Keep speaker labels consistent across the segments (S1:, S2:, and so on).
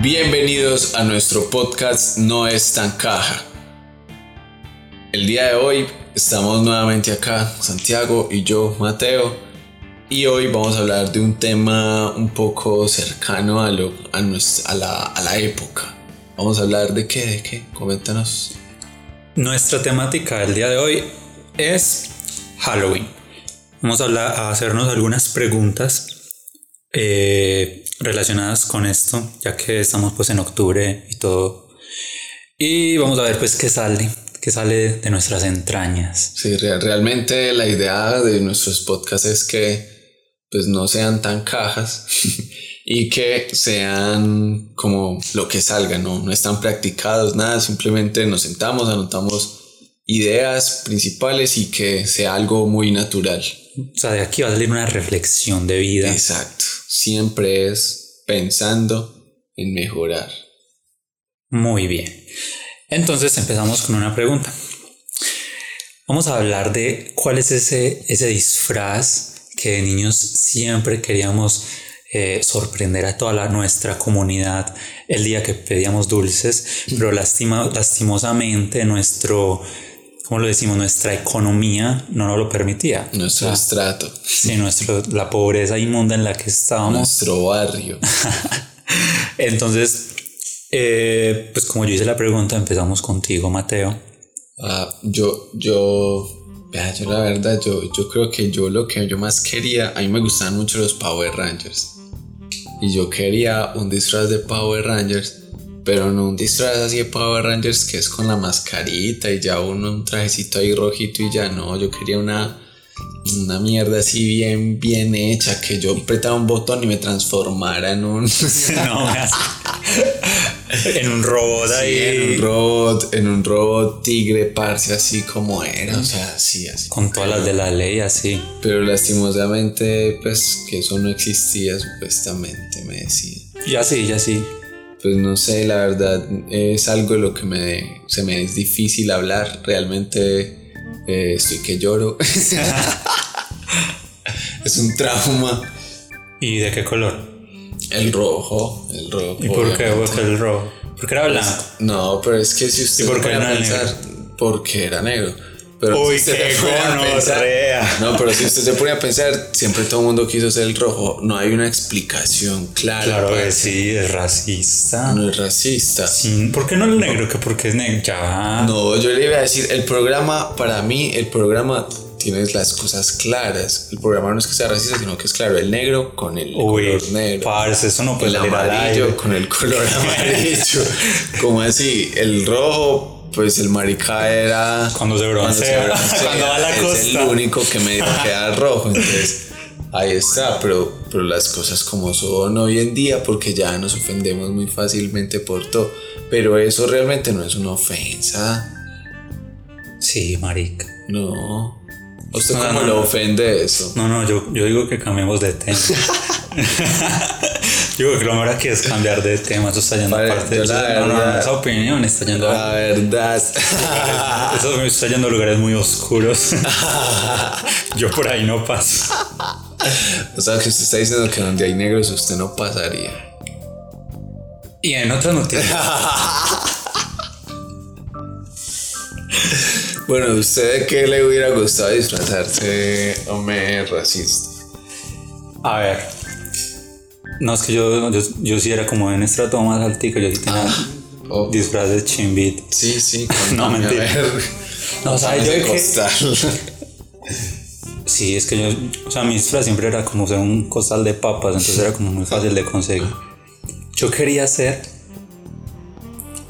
S1: Bienvenidos a nuestro podcast No es tan caja. El día de hoy estamos nuevamente acá, Santiago y yo, Mateo, y hoy vamos a hablar de un tema un poco cercano a, lo, a, nuestra, a, la, a la época. Vamos a hablar de qué, de qué, coméntanos.
S2: Nuestra temática del día de hoy es Halloween. Vamos a, hablar, a hacernos algunas preguntas eh, relacionadas con esto, ya que estamos pues en octubre y todo. Y vamos a ver pues qué sale, qué sale de nuestras entrañas.
S1: Sí, re- realmente la idea de nuestros podcasts es que pues no sean tan cajas y que sean como lo que salga, ¿no? No están practicados, nada, simplemente nos sentamos, anotamos ideas principales y que sea algo muy natural.
S2: O sea, de aquí va a salir una reflexión de vida.
S1: Exacto. Siempre es pensando en mejorar.
S2: Muy bien. Entonces empezamos con una pregunta. Vamos a hablar de cuál es ese, ese disfraz que de niños siempre queríamos eh, sorprender a toda la, nuestra comunidad el día que pedíamos dulces, pero lastima, lastimosamente nuestro, ¿cómo lo decimos? Nuestra economía no nos lo permitía.
S1: Nuestro
S2: O sea,
S1: estrato,
S2: sí, nuestro, la pobreza inmunda en la que estábamos.
S1: nuestro barrio.
S2: Entonces, eh, pues como yo hice la pregunta, empezamos contigo, Mateo.
S1: Ah, yo, yo, vea, yo la verdad, yo, yo creo que yo lo que yo más quería, a mí me gustaban mucho los Power Rangers. Y yo quería un disfraz de Power Rangers, pero no un disfraz así de Power Rangers que es con la mascarita y ya uno un trajecito ahí rojito y ya no, yo quería una, una mierda así bien, bien hecha, que yo apretara un botón y me transformara en un...
S2: No, me hace- en un robot
S1: Sí,
S2: ahí.
S1: en un robot, en un robot tigre parce así como era, o sea, así, así.
S2: Con todas las de la ley, así.
S1: Pero lastimosamente, pues que eso no existía supuestamente, me decían.
S2: Ya sí, ya sí.
S1: Pues no sé, la verdad es algo de lo que me, se me es difícil hablar. Realmente eh, estoy que lloro. es un trauma.
S2: ¿Y de qué color?
S1: El rojo, el rojo.
S2: ¿Y por qué?
S1: obviamente.
S2: Porque el rojo. Porque era blanco.
S1: No, pero es que si usted
S2: ¿Y por qué
S1: se pone a
S2: era negro?
S1: porque era negro. Pero si usted se pone a pensar- No, pero si usted se pone a pensar, siempre todo el mundo quiso ser el rojo. No hay una explicación clara.
S2: Claro
S1: parce.
S2: que sí, es racista.
S1: No es racista.
S2: Sí, ¿Por qué no el negro? Que porque es negro. Ya.
S1: No, yo le iba a decir, el programa, para mí, el programa tiene las cosas claras. El programa no es que sea racista, sino que es claro, el negro con el
S2: Uy,
S1: color negro.
S2: parce, eso no puede
S1: el
S2: salir al
S1: amarillo
S2: aire.
S1: con el color amarillo. Como así, el rojo, pues el marica era...
S2: Cuando se broncea, cuando va a la
S1: es
S2: costa.
S1: el único que me dijo que era rojo, entonces... Ahí está, pero, pero las cosas como son hoy en día, porque ya nos ofendemos muy fácilmente por todo. Pero eso realmente no es una ofensa.
S2: Sí, marica.
S1: No. ¿A ¿Usted
S2: No,
S1: cómo
S2: no,
S1: lo
S2: no.
S1: ofende eso?
S2: No, no, yo, yo digo que cambiemos de tema. yo creo que lo mejor aquí es cambiar de tema. Eso está yendo
S1: Vale,
S2: aparte.
S1: yo
S2: eso-
S1: la
S2: No, no, no,
S1: verdad-
S2: esa opinión está yendo a.
S1: La verdad.
S2: Eso me está yendo a lugares muy oscuros. yo por ahí no paso.
S1: o sea, que usted está diciendo que donde hay negros usted no pasaría.
S2: Y en otras noticias.
S1: Bueno, ¿usted de qué le hubiera gustado disfrazarse, hombre racista?
S2: A ver. No, es que yo, yo, yo sí era como en estrato más altico. Yo sí tenía
S1: Oh,
S2: disfraz de chimbit.
S1: sí, sí. contame,
S2: No,
S1: a
S2: mentira.
S1: ver.
S2: No, o sea,
S1: Vamos
S2: yo
S1: a
S2: Ah, de que-
S1: costar.
S2: Sí, es que yo, o sea, mi disfraz siempre era como ser un costal de papas, entonces era como muy fácil de conseguir. Yo quería ser.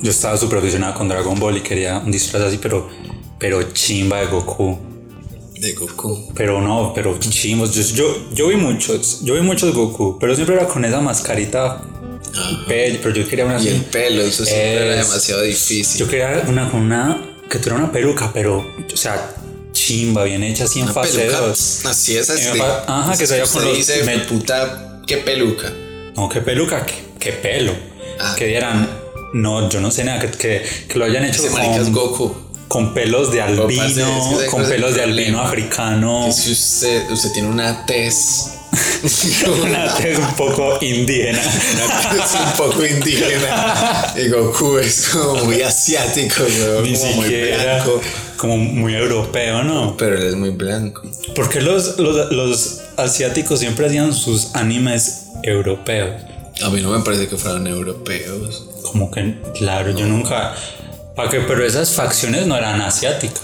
S2: Yo estaba súper aficionado con Dragon Ball y quería un disfraz así, pero, pero chimba de Goku.
S1: De Goku.
S2: Pero no, pero chimbos. Yo, yo, yo vi muchos, yo vi muchos Goku, pero siempre era con esa mascarita y pelo, pero yo quería una
S1: Ah, Y
S2: así.
S1: el pelo, eso siempre era
S2: Es-
S1: demasiado difícil.
S2: Yo quería una con una, que tuviera una peluca, pero, o sea, chimba, bien hecha, así en fase
S1: peluca.
S2: 2.
S1: Así es así.
S2: Eh, pa- ajá, que se vea con los-
S1: dice,
S2: me-
S1: puta, qué peluca.
S2: No, qué peluca, qué, qué pelo.
S1: Ah.
S2: Que dieran. No, yo no sé nada, que, que, que lo hayan hecho
S1: Ese marica es
S2: con,
S1: Goku.
S2: con pelos de
S1: parce, es
S2: albino,
S1: que esa cosa
S2: con
S1: es
S2: pelos
S1: el
S2: de albino
S1: problema.
S2: africano.
S1: Es que usted, usted tiene una tez
S2: Una tez un poco indígena.
S1: es un poco indígena. Y Goku es como muy asiático, weón,
S2: Ni
S1: como muy
S2: siquiera.
S1: blanco.
S2: Como muy europeo, ¿no?
S1: Pero él es muy blanco.
S2: Porque los, los, los asiáticos siempre hacían sus animes europeos.
S1: A mí no me parece que fueran europeos.
S2: Como que, claro, yo nunca. ¿Para qué? Pero esas facciones no eran asiáticas.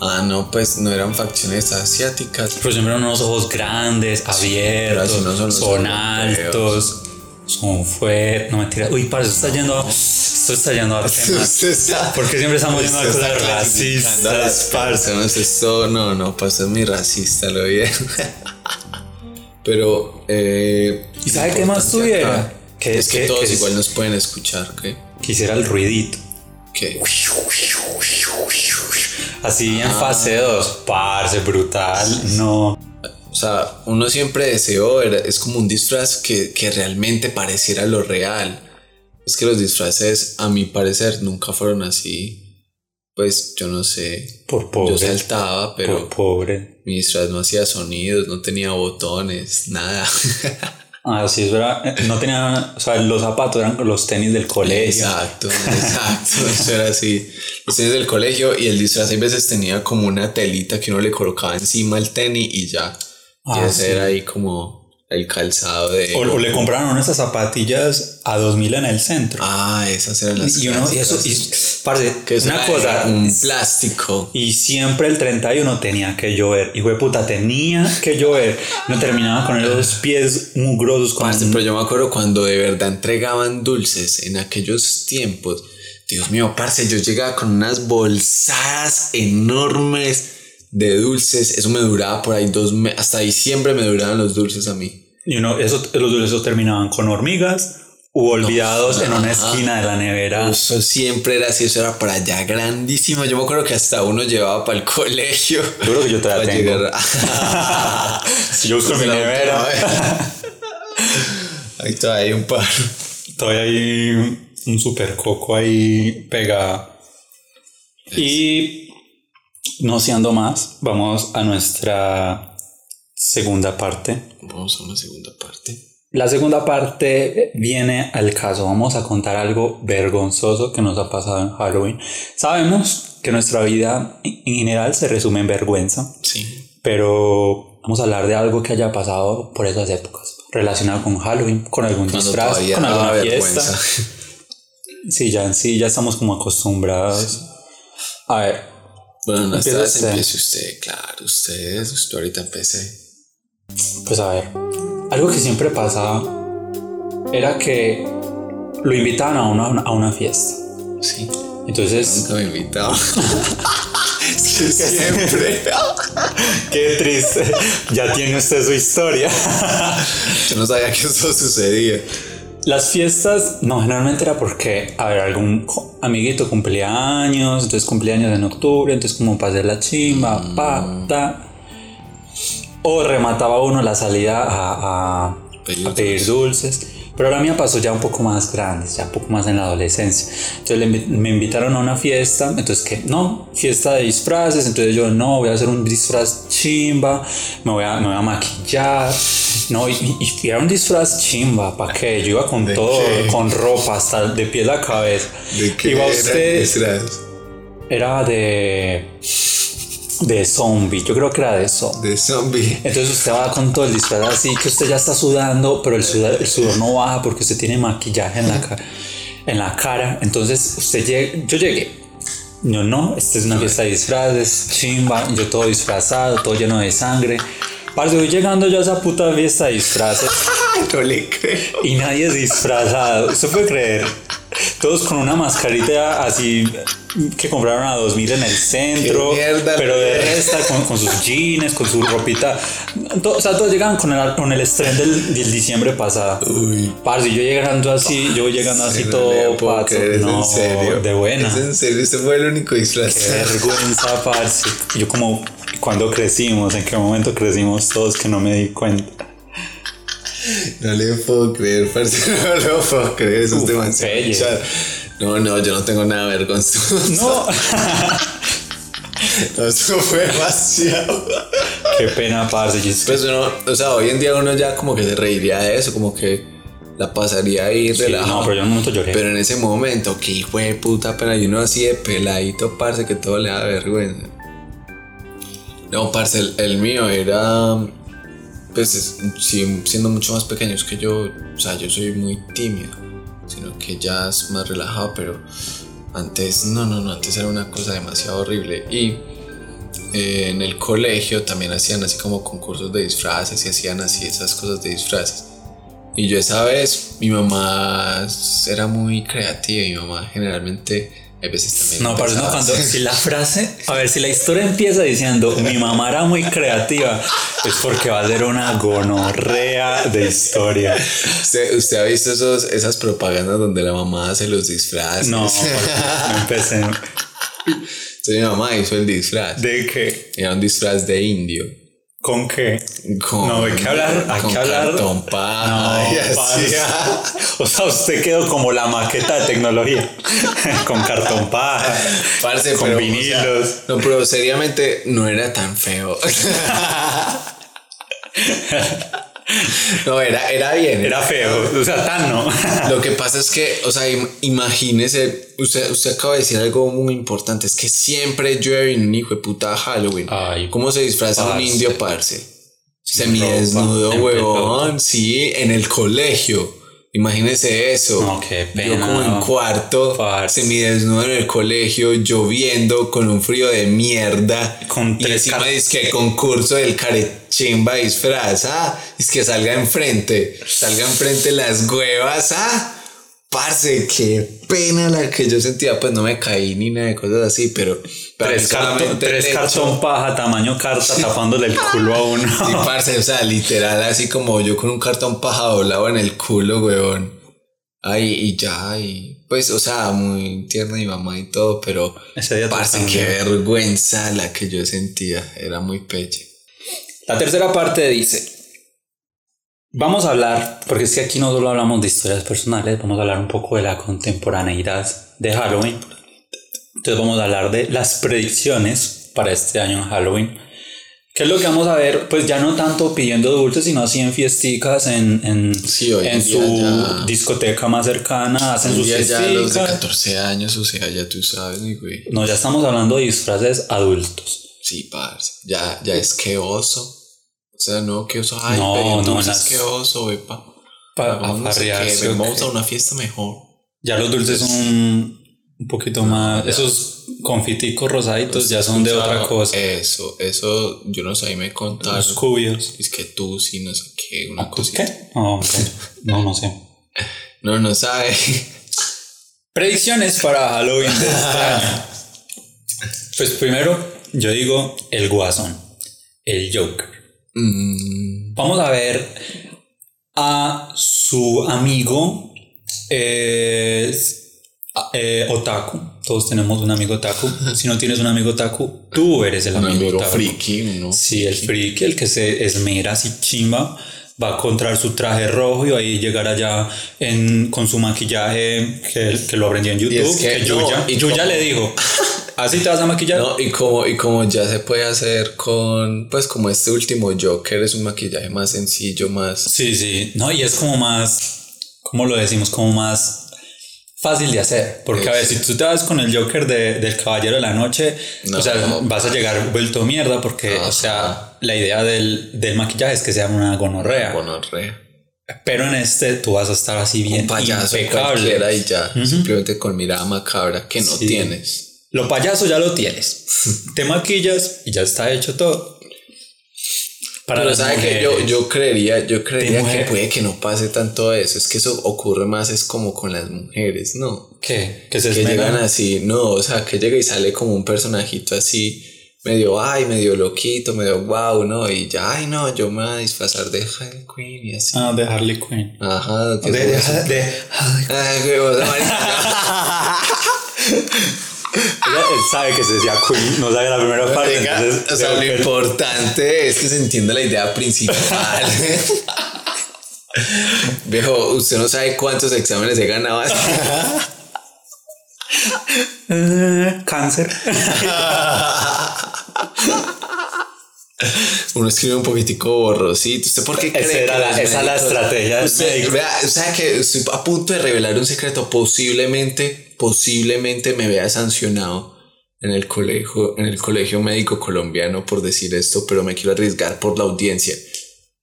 S1: Ah, no, pues no eran facciones asiáticas.
S2: Pero siempre eran unos ojos grandes, abiertos,
S1: pero así no son
S2: son,
S1: los europeos.
S2: altos, son fuertes. No mentira. Uy, para eso está yendo. Esto está yendo a temas.
S1: Usted está-
S2: Porque siempre estamos
S1: usted
S2: yendo a
S1: está
S2: cosas
S1: clasificando a las
S2: racistas, parce.
S1: personas. Esto, no, no, pues es muy racista, lo bien. Pero, eh,
S2: ¿Y sabe qué más
S1: importante
S2: tuviera?
S1: acá
S2: Que-
S1: es que,
S2: que-
S1: todos
S2: que-
S1: igual nos pueden escuchar, ¿qué?
S2: Quisiera el ruidito.
S1: ¿Qué?
S2: Así en
S1: Ah.
S2: fase 2. Parce, brutal. No.
S1: O sea, uno siempre deseó, era- es como un disfraz que, que realmente pareciera lo real. Es que los disfraces, a mi parecer, nunca fueron así. Pues yo no sé.
S2: Por
S1: Yo
S2: pobre.
S1: saltaba, pero
S2: Por pobre.
S1: mi disfraz no hacía sonidos, no tenía botones, nada.
S2: Ah, sí, eso era. No tenía. O sea, los zapatos eran los tenis del colegio.
S1: Exacto, exacto. Eso era así. Los tenis del colegio y el disfraz a veces tenía como una telita que uno le colocaba encima al tenis y ya.
S2: Ah,
S1: y ese
S2: sí.
S1: era ahí como el calzado de.
S2: O, o le compraron esas zapatillas a 2000 en el centro.
S1: Ah, esas eran las
S2: y uno, y eso,
S1: clásicas.
S2: y, parce,
S1: Que eso
S2: una mm.
S1: era
S2: cosa.
S1: un plástico.
S2: Y siempre el 31 tenía que llover. Hijo de puta, tenía que llover. No terminaba con esos pies mugrosos con
S1: Parce, pero yo me acuerdo cuando de verdad entregaban dulces en aquellos tiempos. Dios mío, parce, yo llegaba con unas bolsadas enormes de dulces. Eso me duraba por ahí dos meses. Hasta diciembre me duraban los dulces a mí.
S2: Y uno, esos, los dulces terminaban con hormigas u olvidados en una esquina de la nevera.
S1: Eso siempre era así, eso era para allá grandísimo. Yo me acuerdo que hasta uno llevaba para el colegio.
S2: Yo creo que yo todavía
S1: Para
S2: tengo.
S1: llegar a-
S2: Si yo busco en mi
S1: La
S2: nevera,
S1: última vez. Ahí todavía hay un par.
S2: todavía hay un super coco ahí pegado. Y no siendo más, vamos a nuestra segunda parte.
S1: Vamos a una segunda parte.
S2: La segunda parte viene al caso. Vamos a contar algo vergonzoso que nos ha pasado en Halloween. Sabemos que nuestra vida en general se resume en vergüenza,
S1: Sí.
S2: pero vamos a hablar de algo que haya pasado por esas épocas, relacionado con Halloween, con algún
S1: Cuando
S2: disfraz,
S1: todavía
S2: con
S1: daba
S2: alguna fiesta.
S1: vergüenza.
S2: Sí, ya sí, ya estamos como acostumbrados. A ver,
S1: Bueno, no, esta
S2: Empieza
S1: vez
S2: usted.
S1: empiece usted, claro, usted, usted ahorita empecé.
S2: Pues a ver, algo que siempre pasaba era que lo invitaban a una, a una fiesta.
S1: Sí.
S2: Entonces,
S1: Nunca me invitaba. es que siempre.
S2: qué triste. Ya tiene usted su historia.
S1: Yo no sabía que eso sucedía.
S2: Las fiestas, no, generalmente era porque, a ver, algún co- amiguito cumplía años, entonces cumplía años en octubre, entonces como para hacer la chimba,
S1: Mm.
S2: pa, ta. O remataba uno la salida a, a-
S1: Pedir
S2: a pedir dulces. Pero la mía pasó ya un poco más grande, ya un poco más en la adolescencia. Entonces le invi- me invitaron a una fiesta, entonces que no, fiesta de disfraces, entonces yo no, voy a hacer un disfraz chimba, me voy a, me voy a maquillar. No, y, y- y era un disfraz chimba, ¿para qué? Yo iba con
S1: ¿De
S2: todo,
S1: qué?
S2: con ropa, hasta de pie a cabeza.
S1: ¿De qué
S2: iba
S1: era el
S2: usted,
S1: disfraz?
S2: era de, de zombie, yo creo que era de zombie.
S1: De zombie.
S2: Entonces usted va con todo el disfraz así que usted ya está sudando, pero el sudor, el sudor no baja porque usted tiene maquillaje en la, ca- en la cara. Entonces usted llega, yo llegué. Yo no, esta es una fiesta de disfraces, chimba, yo todo disfrazado, todo lleno de sangre. Parce, voy llegando yo a esa puta fiesta de disfraces
S1: No le creo.
S2: y nadie es disfrazado. ¿Usted puede creer? Todos con una mascarita así que compraron a 2000 en el centro.
S1: ¡Qué mierda,
S2: pero de
S1: güey!
S2: resta, con, con sus jeans, con su ropita. To- o sea, todos llegan con el, con el estreno del, del diciembre pasado.
S1: Uy.
S2: Parce, yo llegando así, yo llegando así
S1: no
S2: todo
S1: le puedo
S2: pato.
S1: creer, es
S2: No,
S1: en serio.
S2: de buena.
S1: Es en serio, ese fue el único
S2: Qué
S1: disfraz.
S2: vergüenza, parce. Yo como, cuando crecimos? ¿En qué momento crecimos todos que no me di cuenta?
S1: No le puedo creer, parce, no lo puedo creer, eso es
S2: Uf,
S1: demasiado.
S2: pelle.
S1: char- No, no, yo no tengo nada vergonzoso.
S2: No.
S1: No, Eso fue demasiado.
S2: Qué pena, parce. yo es que-
S1: Pues uno, o sea, hoy en día uno ya como que se reiría de eso, como que la pasaría ahí
S2: sí, no,
S1: relajado.
S2: pero yo en un momento lloré.
S1: Pero en ese momento, que hijo de puta, pero hay uno así de peladito, parce, que todo le da vergüenza. No, parce, el, el mío era. Pues es- sí, siendo mucho más pequeño, es que yo, o sea, yo soy muy tímido, sino que ya es más relajado, pero antes, no, no, no, antes era una cosa demasiado horrible. Y eh, en el colegio también hacían así como concursos de disfraces y hacían así esas cosas de disfraces. Y yo esa vez, mi mamá era muy creativa, mi mamá generalmente a veces también...
S2: No, parce, no,
S1: pensaba
S2: cuando
S1: hacer-
S2: si la frase, a ver, si la historia empieza diciendo mi mamá era muy creativa, es porque va a ser una gonorrea de historia.
S1: ¿Usted, usted ha visto esos, esas propagandas donde la mamá hace los disfraces?
S2: No, parce, no empecé.
S1: Entonces mi mamá hizo el disfraz.
S2: ¿De qué?
S1: Era un disfraz de indio.
S2: ¿Con qué?
S1: Con,
S2: No, hay que hablar, hay
S1: con
S2: que hablar.
S1: cartón paja
S2: No,
S1: y así.
S2: parce. O sea, usted quedó como la maqueta de tecnología. Con cartón paja,
S1: Parce,
S2: con
S1: pero, o sea,
S2: vinilos.
S1: No, pero seriamente no era tan feo. no, era, era bien.
S2: Era feo. O sea, tan no.
S1: Lo que pasa es que, o sea, im- imagínese, usted, usted acaba de decir algo muy importante, es que siempre llueve en un hijo de puta Halloween.
S2: Ay,
S1: ¿Cómo se disfraza un
S2: parce.
S1: indio, parce? Se
S2: ropa,
S1: desnudo,
S2: en
S1: huevón, sí, en el colegio. Imagínese eso.
S2: No, qué
S1: Yo
S2: pena,
S1: como en
S2: no.
S1: cuarto,
S2: Parce.
S1: semidesnudo en el colegio, lloviendo, con un frío de mierda.
S2: Con
S1: y
S2: tres
S1: encima
S2: car-
S1: es que concurso del carechimba disfraz, ah, es que salga enfrente, salga enfrente las huevas, ah. Parce, qué pena la que yo sentía, pues no me caí ni nada de cosas así, pero... para mí
S2: Tres, cartón,
S1: solamente el
S2: tres
S1: hecho-
S2: cartón paja, tamaño carta, tapándole el culo a
S1: Sí,
S2: uno.
S1: parce, o sea, literal, así como yo con un cartón paja doblado en el culo, weón. Ay, y ya, y pues, o sea, muy tierna mi mamá y todo, pero
S2: Ese día
S1: parce,
S2: tocando.
S1: qué vergüenza la que yo sentía, era muy peche.
S2: La tercera parte dice: Vamos a hablar, porque es que aquí no solo hablamos de historias personales, vamos a hablar un poco de la contemporaneidad de Halloween. Entonces, vamos a hablar de las predicciones para este año en Halloween. ¿Qué es lo que vamos a ver? Pues ya no tanto pidiendo dulces, sino así en fiesticas, en, en,
S1: Sí, hoy en
S2: en
S1: día
S2: su
S1: ya-
S2: discoteca más cercana, hacen sus
S1: Ya, ya los de
S2: fiesticas.
S1: 14 años, o sea, ya tú sabes, mi güey.
S2: No, ya estamos hablando de disfraces adultos.
S1: Sí, parce, ya, ya es que oso. O sea, no, que oso, ay,
S2: No,
S1: pero
S2: no,
S1: entonces
S2: las-
S1: que oso, wepa.
S2: Pa- a
S1: Vamos, que
S2: farrearse, ok.
S1: vamos a una fiesta mejor.
S2: Ya los dulces son un poquito más.
S1: ya.
S2: Esos confiticos rosaditos ya son de otra
S1: eh,
S2: cosa.
S1: Eso, eso, yo no sé, ahí me contaron.
S2: Los cubios.
S1: Es que tú sí, no sé qué, una cosita.
S2: ¿Qué? No, ok. no, no sé.
S1: No, no sabe.
S2: Predicciones para Halloween de este año. Pues primero, yo digo el guasón, el Joker.
S1: Mm,
S2: Vamos a ver a su amigo eh, eh, Otaku. Todos tenemos un amigo Otaku. Si no tienes un amigo Otaku, tú eres el
S1: un
S2: amigo,
S1: amigo
S2: otaku.
S1: friki, ¿no?
S2: Sí, el friki, el que se esmera así chimba, va a encontrar su traje rojo y va a llegar allá en, con su maquillaje que, que lo aprendió en YouTube.
S1: es que
S2: que, Yuya,
S1: no, y
S2: Yuya
S1: como-
S2: le dijo, así te vas a maquillar.
S1: No, y como, y como ya se puede hacer con, pues como este último Joker es un maquillaje más sencillo, más...
S2: Sí, sí, no, y es como más, ¿cómo lo decimos? Como más fácil de hacer, porque a ver, si tú te vas con el Joker de- del Caballero de la Noche,
S1: No.
S2: o sea, vas a llegar vuelto mierda, porque, o sea, la idea del, del maquillaje es que sea una gonorrea.
S1: Bueno, re.
S2: Pero en este tú vas a estar así bien
S1: Un payaso
S2: impecable.
S1: cualquiera y ya, simplemente con mirada macabra que no
S2: Sí.
S1: tienes.
S2: Lo payaso ya lo tienes. Te maquillas y ya está hecho todo. Para
S1: Pero
S2: las
S1: sabe que yo,
S2: mujeres.
S1: yo creería, yo creería que
S2: mujer.
S1: puede que no pase tanto eso. Es que eso ocurre más, es como con las mujeres, ¿no?
S2: ¿Qué? Que se
S1: que llegan
S2: esmeran.
S1: así, no, o sea, que llega y sale como un personajito así, medio ay, medio loquito, medio wow, ¿no? Y ya, ay, no, yo me voy a disfrazar de Harley Quinn y así.
S2: Ah, de Harley Quinn.
S1: Ajá, que
S2: Ah. De,
S1: se-
S2: de- de-
S1: Ay, güey, o sea, marica,
S2: Ella- él sabe que se decía Queen, no sabe la primera parte. entonces,
S1: o sea,
S2: de-
S1: lo importante es que se entienda la idea principal. Viejo, usted no sabe cuántos exámenes he ganado.
S2: Eh, Cáncer.
S1: uno escribe un poquitico borrosito. ¿Usted por qué cree
S2: Esa era
S1: que
S2: la-
S1: los
S2: esa la
S1: médicos-
S2: estrategia del
S1: Usted-
S2: médico.
S1: vea, o sea que estoy a punto de revelar un secreto. Posiblemente, posiblemente me vea sancionado en el colegio, en el colegio médico colombiano por decir esto, pero me quiero arriesgar por la audiencia,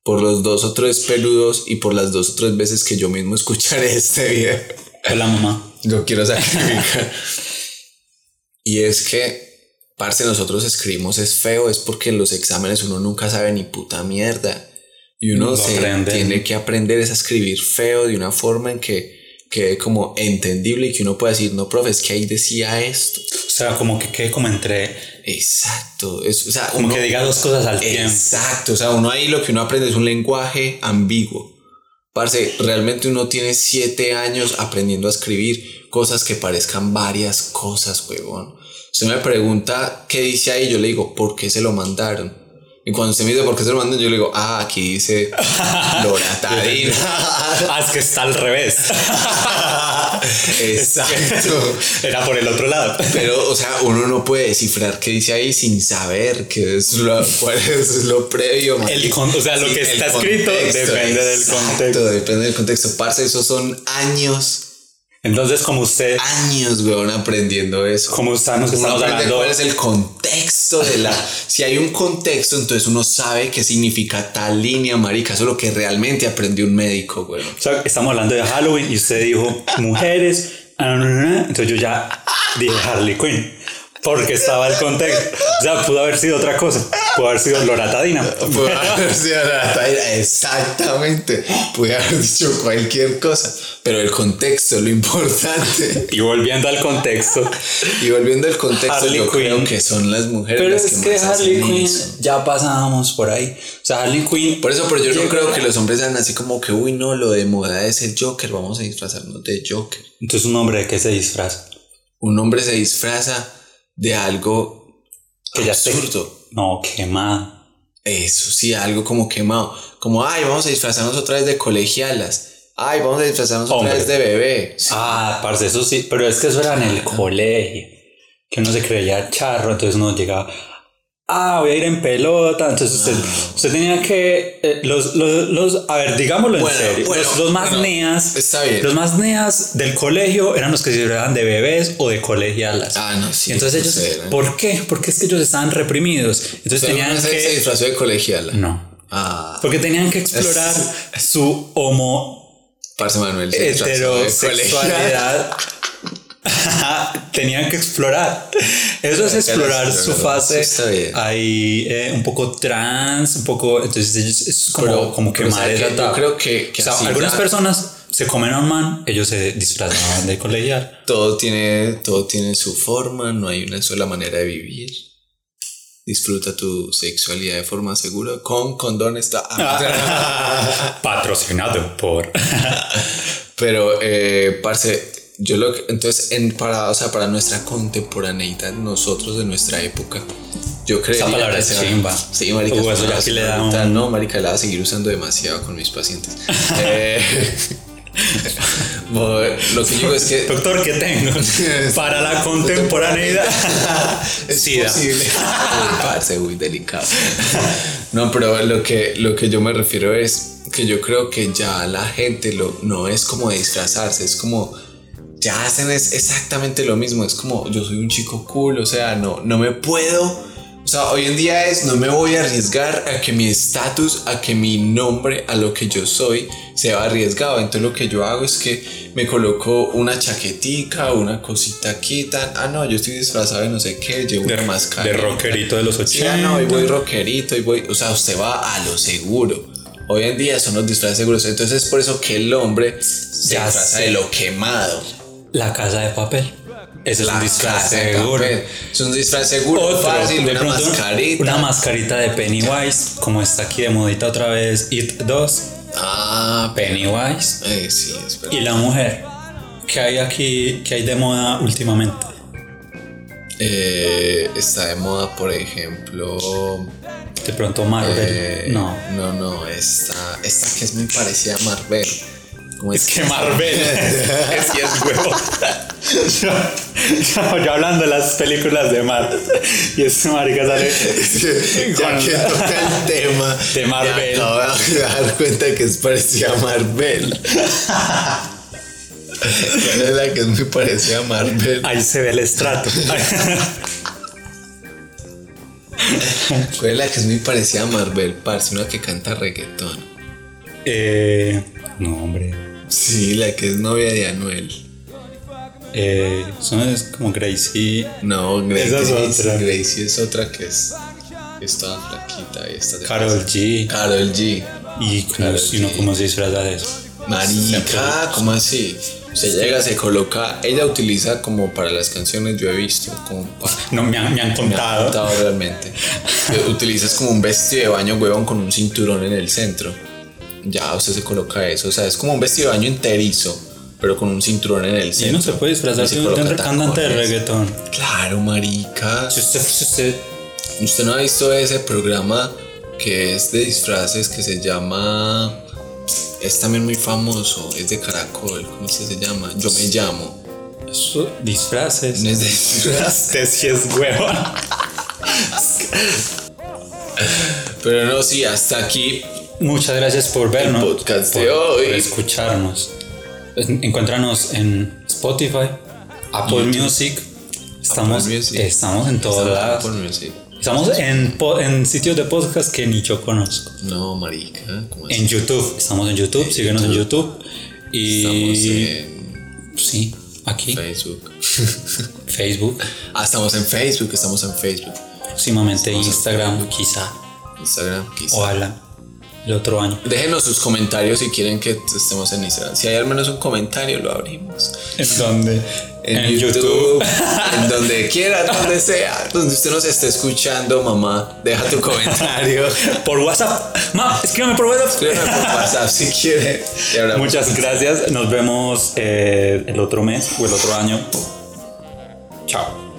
S1: por los dos o tres peludos y por las dos o tres veces que yo mismo escucharé este video.
S2: Con la mamá.
S1: Yo quiero sacrificar. y es que, parce, nosotros escribimos es feo, es porque en los exámenes uno nunca sabe ni puta mierda. Y uno
S2: Lo
S1: se
S2: aprende.
S1: tiene que aprender es a escribir feo de una forma en que quede como entendible y que uno pueda decir, no, profe, es que ahí decía esto.
S2: O sea, como que quede como entre.
S1: Exacto. Es, o sea,
S2: Como
S1: uno-
S2: que diga dos cosas al tiempo.
S1: Exacto, o sea, uno ahí lo que uno aprende es un lenguaje ambiguo. Parce, realmente uno tiene siete años aprendiendo a escribir cosas que parezcan varias cosas, huevón. Usted me pregunta qué dice ahí, yo le digo, ¿por qué se lo mandaron? Y cuando usted me dice por qué se lo mandan, yo le digo, ah, aquí dice Loratadina.
S2: Ah, es que está al revés.
S1: Exacto.
S2: Era por el otro lado.
S1: Pero, o sea, uno no puede descifrar qué dice ahí sin saber qué es lo, cuál es lo previo.
S2: El
S1: marica.
S2: con- o sea, lo que
S1: el
S2: está escrito depende del contexto.
S1: Depende del contexto. Parce, esos son años,
S2: Entonces, como usted,
S1: años, weón, aprendiendo eso.
S2: como estamos,
S1: Uno
S2: estamos
S1: aprende
S2: hablando,
S1: cuál es el contexto de la... si hay un contexto, entonces uno sabe qué significa tal línea, marica. Eso es lo que realmente aprendió un médico, weón.
S2: o sea, estamos hablando de Halloween y usted dijo mujeres. ah, na, na, na. Entonces yo ya dije Harley Quinn porque estaba el contexto. O sea, pudo haber sido otra cosa. Pudo haber sido Loratadina.
S1: Pude haber sido la talla, exactamente. Pude haber dicho cualquier cosa. Pero el contexto, es lo importante.
S2: Y volviendo al contexto.
S1: Y volviendo al contexto,
S2: Harley
S1: yo creo
S2: Quinn.
S1: que son las mujeres
S2: Pero
S1: las
S2: es que
S1: más hacen
S2: Harley Quinn
S1: eso.
S2: ya pasábamos por ahí. O sea, Harley Quinn.
S1: Por eso, pero yo no
S2: Llega-
S1: creo que los hombres sean así como que, uy, no, lo de moda es el Joker, vamos a disfrazarnos de Joker.
S2: Entonces, un hombre de qué se disfraza.
S1: Un hombre se disfraza de algo
S2: Que ya esté-
S1: absurdo.
S2: No, quemada.
S1: Eso sí, algo como quemado. Como, ay, vamos a disfrazarnos otra vez de colegialas. Ay, vamos a disfrazarnos
S2: Hombre.
S1: otra vez de bebé. Sí.
S2: Ah, parce, eso sí, pero es que eso era en el colegio, que uno se creía charro, entonces uno llegaba, ah, voy a ir en pelota, entonces usted, usted tenía que, eh, los, los, los- a ver, digámoslo en
S1: Bueno,
S2: serio,
S1: bueno,
S2: los, los más
S1: bueno,
S2: neas,
S1: está bien.
S2: los más neas del colegio eran los que se eran de bebés o de colegialas.
S1: Ah, no, sí.
S2: Y entonces
S1: no
S2: ellos,
S1: sé, ¿no?
S2: ¿por qué? Porque es que ellos estaban reprimidos, entonces
S1: Pero
S2: tenían
S1: una vez se
S2: que,
S1: disfrazó de colegiala.
S2: no,
S1: Ah,
S2: porque tenían que explorar su homo
S1: parce Manuel se disfrazó de colegiala.
S2: heterosexualidad tenían que explorar. Eso
S1: Tenían
S2: es
S1: que
S2: explorar su
S1: explorar,
S2: fase
S1: eso está bien.
S2: ahí eh, un poco trans, un poco. Entonces ellos- es como,
S1: Pero-
S2: como
S1: pero
S2: quemar
S1: ¿sabe
S2: esa
S1: qué? Yo
S2: etapa.
S1: creo que- que
S2: O sea,
S1: así
S2: algunas
S1: ya-
S2: personas se comen a un man, ellos se disfrazan de colegial.
S1: Todo tiene, todo tiene su forma, no hay una sola manera de vivir. Disfruta tu sexualidad de forma segura con condón está. Ah.
S2: Patrocinado por.
S1: Pero, eh, parce, yo lo que, entonces, en, para, o sea, para nuestra contemporaneidad, nosotros de nuestra época, yo creo
S2: palabra es chimba.
S1: Sí, marica.
S2: Uy,
S1: esa
S2: eso ya
S1: palabra
S2: sí le
S1: es
S2: da
S1: brutal,
S2: un-
S1: No, marica, la va a seguir usando demasiado con mis pacientes. Eh, bueno, lo que digo es que
S2: Doctor, ¿qué tengo? Para la contemporaneidad.
S1: es
S2: Sida.
S1: posible. Uy, parce, muy delicado. No, pero lo que, lo que yo me refiero es que yo creo que ya la gente lo, no es como disfrazarse, es como ya hacen es exactamente lo mismo. Es como yo soy un chico cool, o sea, no, no me puedo. O sea, hoy en día es no me voy a arriesgar a que mi estatus, a que mi nombre, a lo que yo soy, sea arriesgado. Entonces lo que yo hago es que me coloco una chaquetica, una cosita aquí, tan, ah no, yo estoy disfrazado de no sé qué, llevo una máscara.
S2: De rockerito de los
S1: Sí,
S2: 80.
S1: ah, no, y voy rockerito, y voy. O sea, usted va a lo seguro. Hoy en día son los disfraces seguros. Entonces es por eso que el hombre se
S2: Ya
S1: disfraza
S2: sé.
S1: de lo quemado.
S2: La casa de papel. Ese es un disfraz
S1: Casa de
S2: Ah, seguro.
S1: papel. Es un disfraz seguro,
S2: Otro,
S1: fácil,
S2: de
S1: una
S2: pronto,
S1: mascarita.
S2: Una mascarita de Pennywise, como está aquí de modita otra vez, It 2,
S1: Ah, pero.
S2: Pennywise.
S1: Eh, sí, es verdad.
S2: Y la mujer, que hay aquí, que hay de moda últimamente?
S1: Eh, está de moda, por ejemplo.
S2: De pronto Marvel.
S1: eh,
S2: no.
S1: No, no, esta, esta que es muy parecida a Marvel. ¿Cómo
S2: Es que Marvel. es que es huevo. yo, yo- yo hablando de las películas de Marvel. Y este marica sale.
S1: ya que toca el tema
S2: De Marvel.
S1: me acabo de dar cuenta que es parecida a Marvel. ¿Cuál es la que es muy parecida a Marvel?
S2: Ahí se ve el estrato.
S1: ¿Cuál es Pues la que es muy parecida a Marvel? Parce, una que canta reggaetón.
S2: Eh, no, hombre.
S1: Sí, la que es novia de Anuel.
S2: Eh, son es como Gracie.
S1: No, Gracie,
S2: Esa es otra.
S1: Gracie es otra que es. Estaba flaquita y está de
S2: Carol G.
S1: Karol G.
S2: Y como,
S1: Karol
S2: si uno
S1: G.
S2: como se disfraza de eso.
S1: Marica, ¿cómo así? Se llega, se coloca. Ella utiliza como para las canciones, yo he visto, como para.
S2: No, me han, me han
S1: Me ha
S2: contado.
S1: gustado realmente. Eh, Utilizas como un vestido de baño, huevón, con un cinturón en el centro. Ya, usted se coloca eso. O sea, es como un vestido de baño enterizo, pero con un cinturón en el
S2: Y
S1: centro.
S2: uno se puede disfrazar
S1: Y se
S2: de un
S1: coloca
S2: cantante de
S1: tacones.
S2: reggaetón.
S1: Claro, marica.
S2: Si usted, si usted
S1: ¿Usted no ha visto ese programa que es de disfraces que se llama... Es también muy famoso, es de Caracol, ¿cómo es que se llama? Yo me llamo.
S2: Eso, disfraces.
S1: No es de disfraz,
S2: Este sí es huevón.
S1: pero no, sí, hasta aquí.
S2: Muchas gracias por vernos.
S1: podcast de
S2: por-
S1: hoy.
S2: Por escucharnos. En- Encuéntranos en Spotify, Apple Music. Estamos,
S1: Music.
S2: estamos en todos lados.
S1: Apple Music.
S2: Estamos en, po- en sitios de podcast que ni yo conozco.
S1: No, marica, ¿cómo es?
S2: En YouTube. Estamos en YouTube. síguenos en YouTube.
S1: Estamos
S2: Y.
S1: en
S2: Sí, aquí.
S1: Facebook.
S2: Facebook.
S1: ah, estamos en Facebook, estamos en Facebook.
S2: Próximamente
S1: Estamos en
S2: Instagram,
S1: Facebook.
S2: quizá.
S1: Instagram, quizá.
S2: Ojalá. El otro año.
S1: Déjenos sus comentarios si quieren que estemos en Instagram. Si hay al menos un comentario, lo abrimos.
S2: ¿En dónde?
S1: en, YouTube, en donde quiera, donde sea, donde usted nos esté escuchando, mamá, deja tu comentario.
S2: por WhatsApp. Ma, escríbeme por WhatsApp.
S1: Escríbeme por WhatsApp si quiere. Y hablamos.
S2: Muchas gracias. Nos vemos eh, el otro mes o el otro año. Chao.